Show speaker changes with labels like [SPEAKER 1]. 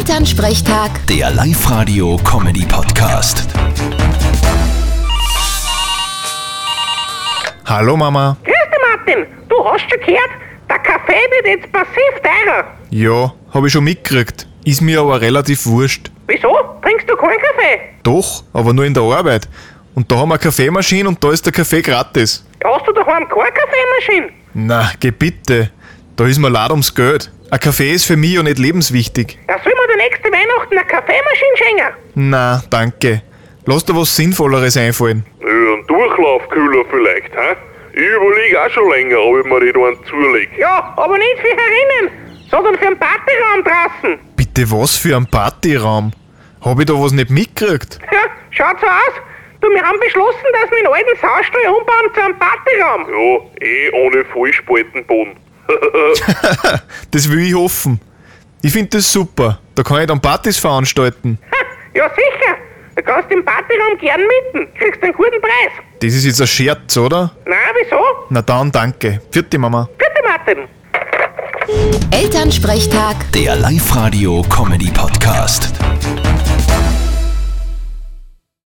[SPEAKER 1] Elternsprechtag,
[SPEAKER 2] Der Live-Radio-Comedy-Podcast.
[SPEAKER 3] Hallo Mama.
[SPEAKER 4] Grüß dich, Martin. Du hast schon gehört, der Kaffee wird jetzt massiv teurer.
[SPEAKER 3] Ja, habe ich schon mitgekriegt. Ist mir aber relativ wurscht.
[SPEAKER 4] Wieso? Trinkst du keinen Kaffee?
[SPEAKER 3] Doch, aber nur in der Arbeit. Und da haben wir eine Kaffeemaschine und da ist der Kaffee gratis.
[SPEAKER 4] Hast du daheim keine Kaffeemaschine?
[SPEAKER 3] Na, geh bitte. Da ist mir leid ums Geld. Ein Kaffee ist für mich ja nicht lebenswichtig.
[SPEAKER 4] Da soll man der nächste Weihnachten eine Kaffeemaschine schenken.
[SPEAKER 3] Na, danke. Lass dir was Sinnvolleres einfallen.
[SPEAKER 5] Ja, ein Durchlaufkühler vielleicht, hä? Ich überlege auch schon länger, ob ich mir den einen zulege.
[SPEAKER 4] Ja, aber nicht für herinnen, sondern für den Partyraum draußen.
[SPEAKER 3] Bitte was für ein Partyraum. Hab ich da was nicht mitgekriegt?
[SPEAKER 4] Ja, schaut so aus. Du, wir haben beschlossen, dass wir den alten Saustall umbauen zu einem Partyraum.
[SPEAKER 5] Ja, eh ohne Vollspaltenboden.
[SPEAKER 3] Das will ich hoffen. Ich finde das super. Da kann ich dann Partys veranstalten.
[SPEAKER 4] Ha, ja, sicher. Du kannst im Partyraum gern mieten. Kriegst einen guten Preis.
[SPEAKER 3] Das ist jetzt ein Scherz, oder?
[SPEAKER 4] Na, wieso?
[SPEAKER 3] Na dann, danke. Vierte Mama.
[SPEAKER 4] Bitte, Martin.
[SPEAKER 1] Elternsprechtag.
[SPEAKER 2] Der Live-Radio-Comedy-Podcast.